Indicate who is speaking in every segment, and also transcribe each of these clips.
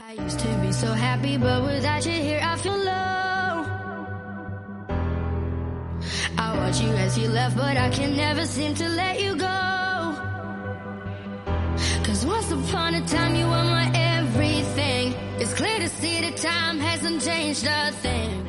Speaker 1: I used to be so happy, but without you here, I feel low. I watch you as you left, but I can never seem to let you go. Cause once upon a time, you were my everything. It's clear to see that time hasn't changed a thing.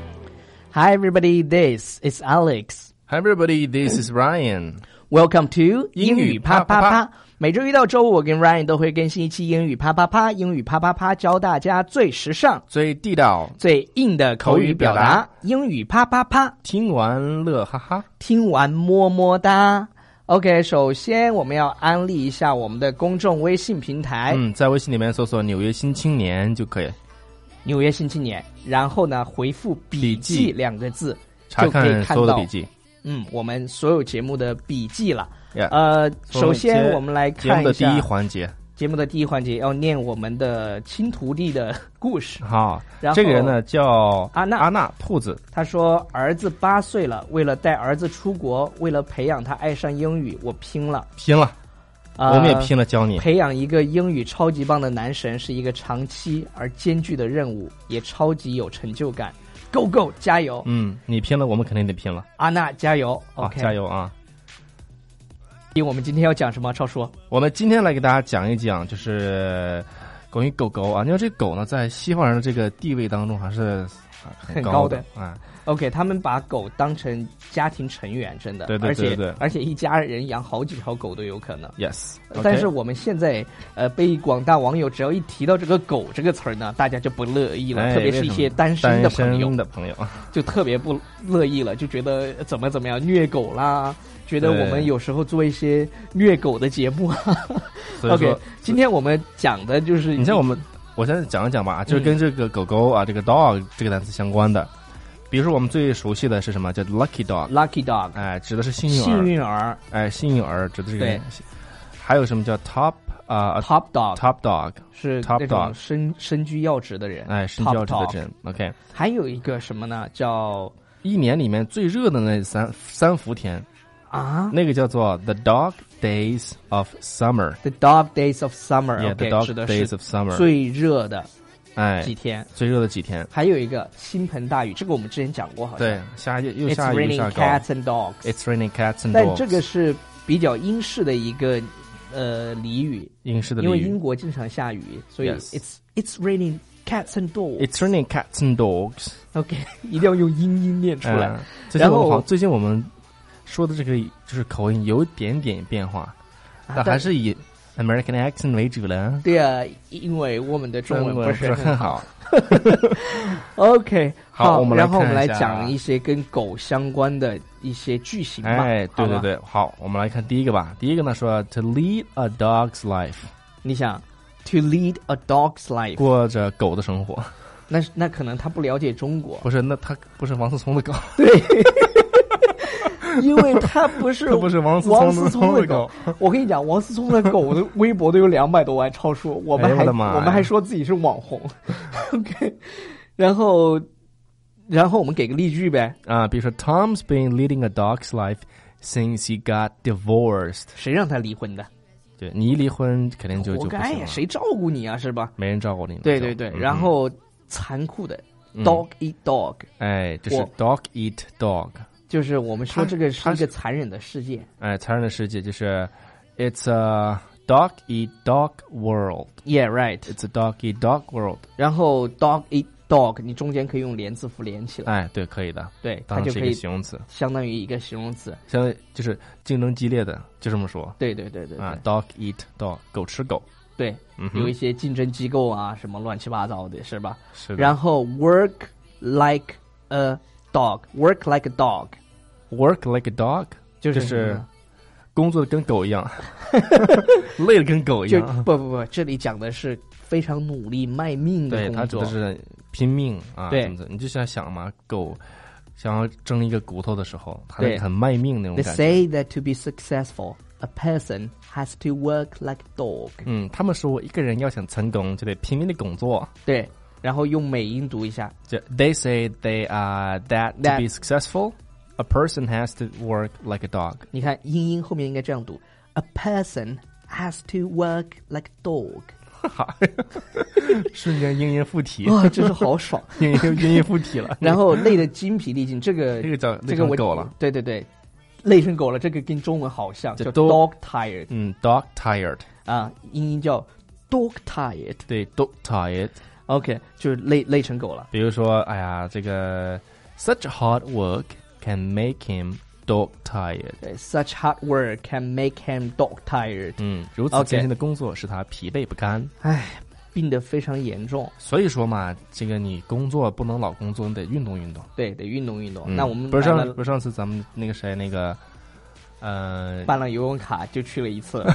Speaker 2: Hi, everybody. This is Alex.
Speaker 3: Hi everybody, this is Ryan.
Speaker 2: Welcome to
Speaker 3: 英语
Speaker 2: 啪
Speaker 3: 啪啪
Speaker 2: 啪。每周一到周五，我跟 Ryan 都会更新一期英语啪啪啪。英语啪啪啪，教大家最时尚、
Speaker 3: 最地道，
Speaker 2: 最硬的口语表达。
Speaker 3: 口语表达
Speaker 2: 英语啪啪啪，
Speaker 3: 听完乐哈哈。
Speaker 2: 听完么么哒。OK，首先我们要安利一下我们的公众微信平台《
Speaker 3: 嗯，在微信里面搜索“纽约新青年”就可以
Speaker 2: 纽约新青年》，然后呢，回复“笔
Speaker 3: 笔
Speaker 2: 记”
Speaker 3: 记
Speaker 2: 两个字，
Speaker 3: 查
Speaker 2: 就可以看
Speaker 3: 所有的
Speaker 2: 到
Speaker 3: 笔记。
Speaker 2: 嗯，我们所有节目的笔记了。
Speaker 3: Yeah，
Speaker 2: 呃，
Speaker 3: 所有
Speaker 2: 首先
Speaker 3: 节
Speaker 2: 我们来
Speaker 3: 节
Speaker 2: 哎看
Speaker 3: 目
Speaker 2: 一
Speaker 3: 的第
Speaker 2: 下
Speaker 3: 一环节。
Speaker 2: 节目的第一环节要念我们的亲徒弟的故 事。
Speaker 3: 好
Speaker 2: 然，后
Speaker 3: 这个人呢叫
Speaker 2: 阿娜
Speaker 3: 阿娜兔子。
Speaker 2: 他说：“儿子八岁了，为了带儿子出国，为了培养他爱上英语，我拼了。
Speaker 3: 拼了，
Speaker 2: 呃
Speaker 3: 我们也拼了，教你。
Speaker 2: 培养一个英语超级棒的男神是一个长期而艰巨的任务，也超级有成就感。Go Go，加油！
Speaker 3: 嗯，你拼了，我们肯定得拼了。
Speaker 2: 阿娜加油
Speaker 3: 好，
Speaker 2: ！OK，
Speaker 3: 加！油啊！
Speaker 2: 我们今天要讲什么？超叔，
Speaker 3: 我们今天来给大家讲一讲，就是关于狗狗啊，因为这狗呢，在西方人的这个地位当中还是啊
Speaker 2: 很
Speaker 3: 很
Speaker 2: 高
Speaker 3: 高
Speaker 2: 的
Speaker 3: 啊。
Speaker 2: OK，他们把狗当成家庭成员，真的，
Speaker 3: 对对对对
Speaker 2: 而
Speaker 3: 对
Speaker 2: 且而且一家人养好几条狗都有可能。
Speaker 3: Yes，
Speaker 2: 但是我们现在，呃，被广大网友只要一提到这个“狗”这个词儿呢，大家就不乐意了，
Speaker 3: 哎
Speaker 2: 特别是一些单身的朋友
Speaker 3: 的朋友，
Speaker 2: 就特别不乐意了，就觉得怎么怎么样虐狗啦，觉得
Speaker 3: 对
Speaker 2: 我们有时候做一些虐狗的节目。啊
Speaker 3: 所以
Speaker 2: OK，
Speaker 3: 说，
Speaker 2: 今天我们讲的就是
Speaker 3: 你像我们，我先讲一讲
Speaker 2: 嗯
Speaker 3: 吧，就是跟这个狗狗啊，这个 dog 这个单词相关的。比如说，我们最熟悉的是什么？叫 lucky dog，
Speaker 2: lucky dog
Speaker 3: 哎，指的是幸运
Speaker 2: 嗯幸
Speaker 3: 儿，
Speaker 2: 运儿
Speaker 3: 哎，幸运儿指的是这个
Speaker 2: 对
Speaker 3: 人。还有什么叫 top 啊
Speaker 2: top dog
Speaker 3: top dog，
Speaker 2: 是
Speaker 3: top
Speaker 2: 那种
Speaker 3: dog
Speaker 2: 身身居要职的人，
Speaker 3: 哎，身
Speaker 2: top
Speaker 3: 教指的
Speaker 2: dog
Speaker 3: 人。OK，
Speaker 2: 还有一个什么呢？叫
Speaker 3: 一年里面最热的那三三伏天，
Speaker 2: 啊
Speaker 3: 那个叫做 the dog days of summer，
Speaker 2: ，the dog days of summer，
Speaker 3: yeah the
Speaker 2: OK，
Speaker 3: dog
Speaker 2: 指的
Speaker 3: days
Speaker 2: 是
Speaker 3: of summer，
Speaker 2: 最热的
Speaker 3: 哎，
Speaker 2: 几天。
Speaker 3: 最热的几天。
Speaker 2: 还有一个倾盆大雨，这个我们之前讲过，好像。
Speaker 3: 对，下又又
Speaker 2: It's
Speaker 3: 下雨又
Speaker 2: raining
Speaker 3: 下高
Speaker 2: cats。and dogs。
Speaker 3: It's raining cats and dogs。
Speaker 2: 但这个是比较英式的一个呃俚语，
Speaker 3: 英式的
Speaker 2: 因为
Speaker 3: 俚
Speaker 2: 英
Speaker 3: 语。
Speaker 2: 国经常下雨，所以
Speaker 3: Yes
Speaker 2: it's it's raining cats and dogs。
Speaker 3: It's raining cats and dogs。
Speaker 2: OK，一定要用英音念出来。
Speaker 3: 嗯最
Speaker 2: 然
Speaker 3: 近
Speaker 2: 后
Speaker 3: 我好，最近我们说的这个就是口音有一点点变化，
Speaker 2: 啊
Speaker 3: 但还是以 American accent 为主了。
Speaker 2: 对啊，因为我们的中文不
Speaker 3: 不
Speaker 2: 是
Speaker 3: 很
Speaker 2: 很。
Speaker 3: 好。
Speaker 2: OK，
Speaker 3: 好我们来
Speaker 2: 然后我们
Speaker 3: 看
Speaker 2: 来
Speaker 3: 一下
Speaker 2: 讲一些跟狗相关的一些句型吧。
Speaker 3: 哎，对对
Speaker 2: 好吧，
Speaker 3: 对，好，我们来看第一个吧。第一个呢说 to lead a dog's life，
Speaker 2: 你想 to lead a dog's life，
Speaker 3: 过着狗的生活，
Speaker 2: 那那可能他不了解中 国。
Speaker 3: 不是？那他不是王思聪的狗，
Speaker 2: 因为他不是
Speaker 3: 这不是王思
Speaker 2: 王
Speaker 3: 聪
Speaker 2: 思
Speaker 3: 的
Speaker 2: 聪的
Speaker 3: 狗
Speaker 2: 狗。。 我跟你讲，王思聪的狗的微博都有两百多万，超叔，我们
Speaker 3: 哎呦
Speaker 2: 还、
Speaker 3: 我的妈呀
Speaker 2: 我们还说自己是网红。OK，然后然后我们给个例句呗，
Speaker 3: 啊，比如说 Tom's been leading a dog's life since he got divorced。
Speaker 2: 谁让他离婚的？
Speaker 3: 对你一离婚，肯定就
Speaker 2: 活
Speaker 3: 就不
Speaker 2: 该
Speaker 3: 行
Speaker 2: 呀，
Speaker 3: 了，
Speaker 2: 谁照顾你啊？是吧？
Speaker 3: 没人照顾你了。
Speaker 2: 对
Speaker 3: 就
Speaker 2: 对对，
Speaker 3: 嗯
Speaker 2: 然后残酷的、
Speaker 3: 嗯
Speaker 2: dog eat dog，
Speaker 3: 哎，就是
Speaker 2: 我
Speaker 3: dog eat dog，
Speaker 2: 就是我们说
Speaker 3: 他
Speaker 2: 这个是
Speaker 3: 他
Speaker 2: 一个
Speaker 3: 是
Speaker 2: 残忍的世界。
Speaker 3: 哎，残忍的世界就是 it's a dog eat dog world，it's
Speaker 2: Yeah right，
Speaker 3: a dog eat dog world。
Speaker 2: 然后 dog eat dog，你中间可以用连字符连起来，
Speaker 3: 哎，对，可以的，
Speaker 2: 对，它
Speaker 3: 当
Speaker 2: 就
Speaker 3: 成是
Speaker 2: 可
Speaker 3: 一个
Speaker 2: 以
Speaker 3: 形容词，
Speaker 2: 相当于一个形容词。
Speaker 3: 相当于就是竞争激烈的，就这么说
Speaker 2: 对对对对对、
Speaker 3: 啊，dog eat dog，狗吃狗。
Speaker 2: 对，
Speaker 3: 嗯哼
Speaker 2: 有一些竞争机构啊，什么乱七八糟的，是吧？
Speaker 3: 是的，
Speaker 2: 然后 work like a dog，work like a dog，
Speaker 3: work like a dog，
Speaker 2: 就
Speaker 3: 就是
Speaker 2: 什么呢
Speaker 3: 工作得跟狗一 样，累得跟狗一
Speaker 2: 就
Speaker 3: 样。
Speaker 2: 不不不，这里讲的是非常努力卖命的
Speaker 3: 对，它
Speaker 2: 工
Speaker 3: 指
Speaker 2: 作。
Speaker 3: 的是拼命啊，
Speaker 2: 对
Speaker 3: 怎么怎么，你就想想嘛，狗想要争一个骨头的时候，它
Speaker 2: 对
Speaker 3: 很卖命那种
Speaker 2: They
Speaker 3: 感觉。
Speaker 2: say that to be successful, a person has to work like a dog。
Speaker 3: 嗯，他们说一个人要想成功，就得拼命的工作。
Speaker 2: 对，然后用美音读一下。
Speaker 3: 就 They say they are that to
Speaker 2: That-
Speaker 3: be successful, a person has to work like a dog。
Speaker 2: 你看，英音后面应该这样读：A person has to work like a dog。
Speaker 3: 哈，瞬间英音附体，
Speaker 2: 哇，真是好爽！
Speaker 3: 英音英音附体了。
Speaker 2: 然后累得筋疲力尽，这个
Speaker 3: 这个叫
Speaker 2: 这个我
Speaker 3: 那叫狗了，，
Speaker 2: 对对对，累成狗了，这个跟中文好像
Speaker 3: 这
Speaker 2: 叫
Speaker 3: dog-
Speaker 2: dog tired
Speaker 3: 嗯，dog tired，
Speaker 2: 啊，英音叫 dog tired。
Speaker 3: 对，dog tired。
Speaker 2: OK，就是累累成狗了。
Speaker 3: 比如说，哎呀，这个 such hard work can make him dog tired。
Speaker 2: 对，such hard work can make him dog tired。
Speaker 3: 嗯，如此
Speaker 2: OK
Speaker 3: 艰辛的工作使他疲惫不堪。
Speaker 2: 唉，病得非常严重，
Speaker 3: 所以说嘛，这个你工作不能老工作，你得运动运动。
Speaker 2: 对，得运动运动。
Speaker 3: 嗯
Speaker 2: 那我们
Speaker 3: 不是
Speaker 2: 办
Speaker 3: 上
Speaker 2: 了
Speaker 3: 不是上次咱们那个谁那个，呃，
Speaker 2: 办了游泳卡就去了一 次，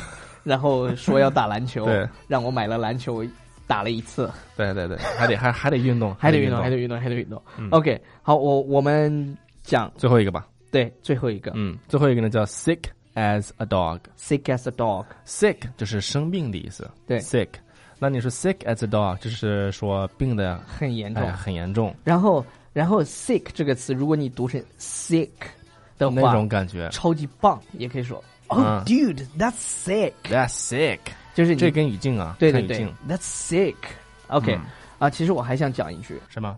Speaker 2: 然后说要打篮球，
Speaker 3: 对
Speaker 2: 让我买了篮球打了一次，
Speaker 3: 对对对，还得还还得运动，
Speaker 2: 还得
Speaker 3: 运
Speaker 2: 运动，还
Speaker 3: 得
Speaker 2: 得运动，还得运动。
Speaker 3: 嗯
Speaker 2: OK，好，我我们讲
Speaker 3: 最后一个吧，
Speaker 2: 对最后一个、
Speaker 3: 嗯，最后一个呢叫 sick as a dog。
Speaker 2: s i c k as a dog。
Speaker 3: sick 就是生病的意思，
Speaker 2: 对
Speaker 3: ，sick。那你说 sick as a dog 就是说病的
Speaker 2: 很严重。
Speaker 3: 哎很严重
Speaker 2: 然后，然后 sick 这个词，如果你读成 sick 的
Speaker 3: 那
Speaker 2: 话
Speaker 3: 种，感觉。
Speaker 2: 超级棒，也可以说
Speaker 3: 啊
Speaker 2: Oh dude, that's sick，
Speaker 3: That's sick，
Speaker 2: 就是你
Speaker 3: 这跟语境啊，
Speaker 2: 嗯对
Speaker 3: 看
Speaker 2: 对
Speaker 3: 语
Speaker 2: 对
Speaker 3: 境
Speaker 2: ，that's sick。OK
Speaker 3: 嗯
Speaker 2: 啊，其实我还想讲一句，
Speaker 3: 什么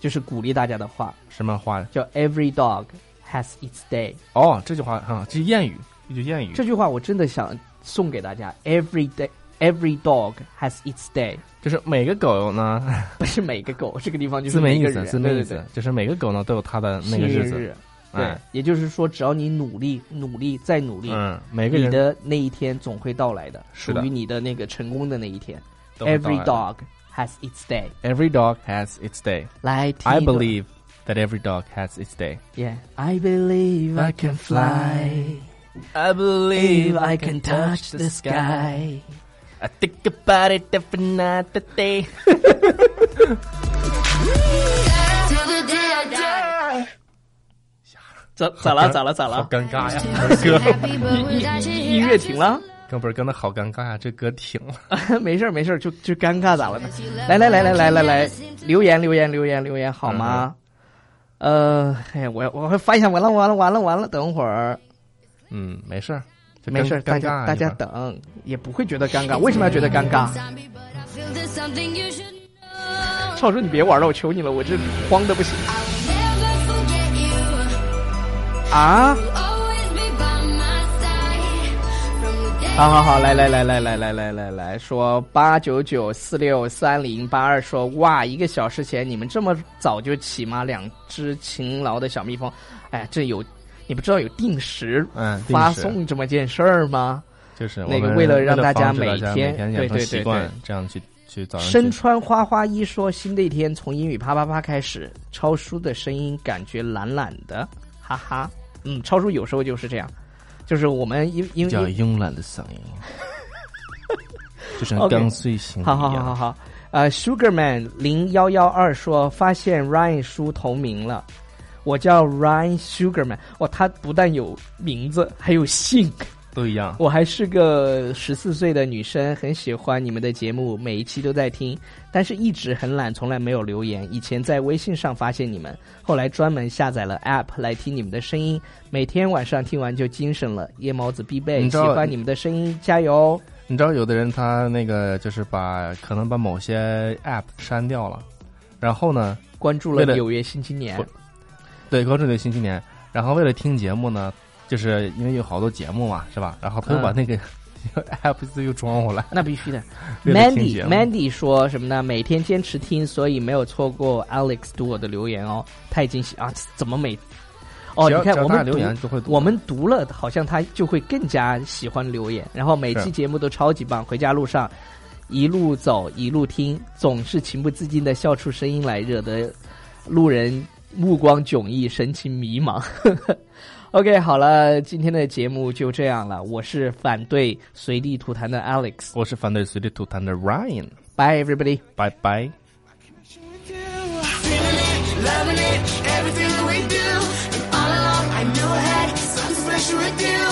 Speaker 2: 就是鼓励大家的话，
Speaker 3: 什么话？
Speaker 2: 叫 Every dog has its day。
Speaker 3: 哦，这句话啊，这是谚语，这句谚语。
Speaker 2: 这句话我真的想送给大家，Every day。Every dog has its day，
Speaker 3: 就是每个狗呢，
Speaker 2: 不是每个狗，这个地方就是
Speaker 3: 字面
Speaker 2: 每
Speaker 3: 意
Speaker 2: 个
Speaker 3: 思，
Speaker 2: 人，
Speaker 3: 字
Speaker 2: 对
Speaker 3: 面意
Speaker 2: 对
Speaker 3: 思
Speaker 2: 对，，
Speaker 3: 就是每个狗呢都有它的那
Speaker 2: 幸
Speaker 3: 个
Speaker 2: 运
Speaker 3: 日子，
Speaker 2: 日，对
Speaker 3: 哎，
Speaker 2: 也就是说，只要你努力、努力再努力，
Speaker 3: 嗯，每个
Speaker 2: 你
Speaker 3: 人
Speaker 2: 的那一天总会到来的，
Speaker 3: 是
Speaker 2: 属
Speaker 3: 的
Speaker 2: 于你的那个成功的那一天。
Speaker 3: 都会到
Speaker 2: Every
Speaker 3: 来的
Speaker 2: dog has its day。
Speaker 3: every dog has its day.
Speaker 2: 来听
Speaker 3: I
Speaker 2: 一个
Speaker 3: believe that every dog has its day.
Speaker 2: Yeah, I believe I can fly.
Speaker 3: I
Speaker 2: Believe I can touch the sky.
Speaker 3: I think about it every night, the day.
Speaker 1: Till the day I die.
Speaker 2: 咋咋了？咋了？咋
Speaker 3: 好
Speaker 2: 了？
Speaker 3: 尴尬呀，
Speaker 1: So happy, but
Speaker 2: 音
Speaker 1: without you here,
Speaker 2: 音
Speaker 1: I
Speaker 2: 音乐停
Speaker 1: feel
Speaker 2: 了，
Speaker 3: 刚不是刚才好尴尬呀，这歌停了。
Speaker 2: 没事儿没事儿，就就尴尬咋了呢？来来来来来来来，留言留言留言留言好吗？
Speaker 3: 嗯
Speaker 2: 呃，哎呀，我我会翻一下，完了完了完了完了，等会儿
Speaker 3: 嗯，没事儿，就
Speaker 2: 没事儿，大
Speaker 3: 尴尴尬
Speaker 2: 家
Speaker 3: 呀
Speaker 2: 大家
Speaker 3: 就
Speaker 2: 等，也不会觉得尴尬，为什么要觉得尴
Speaker 3: 嗯
Speaker 2: 尬？
Speaker 1: zombie, but I feel there's something you should know.
Speaker 2: 超叔，你别玩了，我求你了，我这慌的不行
Speaker 1: I will never forget you.
Speaker 2: 啊！
Speaker 1: Always be by my side. From the day
Speaker 2: 好好好，来来来来来来来来来说八九九四六三零八二说哇，一个小时前你们这么早就起吗？两只勤劳的小蜜蜂，哎，这有你不知道有定时
Speaker 3: 嗯，定
Speaker 2: 发
Speaker 3: 时
Speaker 2: 送这么件事儿吗？
Speaker 3: 就是
Speaker 2: 那个
Speaker 3: 我们
Speaker 2: 为
Speaker 3: 为
Speaker 2: 了让大
Speaker 3: 大
Speaker 2: 家每
Speaker 3: 每
Speaker 2: 天
Speaker 3: 天
Speaker 2: 对
Speaker 3: 养成
Speaker 2: 对
Speaker 3: 习
Speaker 2: 对
Speaker 3: 惯
Speaker 2: 对，
Speaker 3: 这样去去早上
Speaker 2: 身
Speaker 3: 去
Speaker 2: 穿花花衣说新的一天从英语啪啪啪开始，超叔的声音感觉懒懒的，哈哈，嗯，超叔有时候就是这样，就是我们因因
Speaker 3: 叫
Speaker 2: 为
Speaker 3: 慵懒的嗓 音，就像
Speaker 2: OK
Speaker 3: 刚睡醒嗯一
Speaker 2: 好好好好
Speaker 3: 样。
Speaker 2: 好，呃，Sugarman 零幺幺二说发现 Ryan 叔同名了，我叫 Ryan Sugarman，哇，他不但有名字，还有姓，
Speaker 3: 都一样。
Speaker 2: 我还是个十四岁的女生，很喜欢你们的节目，每一期都在听，但是一直很懒，从来没有留言。以前在微信上发现你们，后来专门下载了 App 来听你们的声音，每天晚上听完就精神了。夜猫子必备，
Speaker 3: 你
Speaker 2: 喜
Speaker 3: 知道
Speaker 2: 欢你们的声音，加油！
Speaker 3: 你知道有的人他那个就是把可能把某些 app 删掉了，然后呢，
Speaker 2: 关注
Speaker 3: 为
Speaker 2: 了
Speaker 3: 了
Speaker 2: 纽约新青年
Speaker 3: 我，对关注的新青年，然后为了听节目呢，就是因为有好多节目嘛，是吧？然后他又把
Speaker 2: 嗯
Speaker 3: 那个、app 自己又装回来，
Speaker 2: 那必须的。
Speaker 3: 为了听
Speaker 2: Mandy
Speaker 3: 节目
Speaker 2: Mandy 说什么呢？每天坚持听，所以没有错过 Alex 读我的留言哦。太惊喜啊！怎么每哦，
Speaker 3: 只
Speaker 2: 你
Speaker 3: 要
Speaker 2: 看
Speaker 3: 只要
Speaker 2: 我
Speaker 3: 大
Speaker 2: 们
Speaker 3: 家留
Speaker 2: 读
Speaker 3: 言都会读
Speaker 2: 我们读了，好像他就会更加喜欢留言。然后每期
Speaker 3: 是
Speaker 2: 节目都超级棒，回家路上一路走一路听，总是情不自禁的笑出声音来，惹得路人目光迥异，神情迷茫。OK，好了，今天的节目就这样了。我是反对随地吐痰的 Alex。
Speaker 3: 我是反对随地吐痰的 Ryan，
Speaker 2: Bye, everybody.
Speaker 3: 拜拜。
Speaker 4: Feeling it, loving it, everything that we do. And all along, I knew I had something special with you.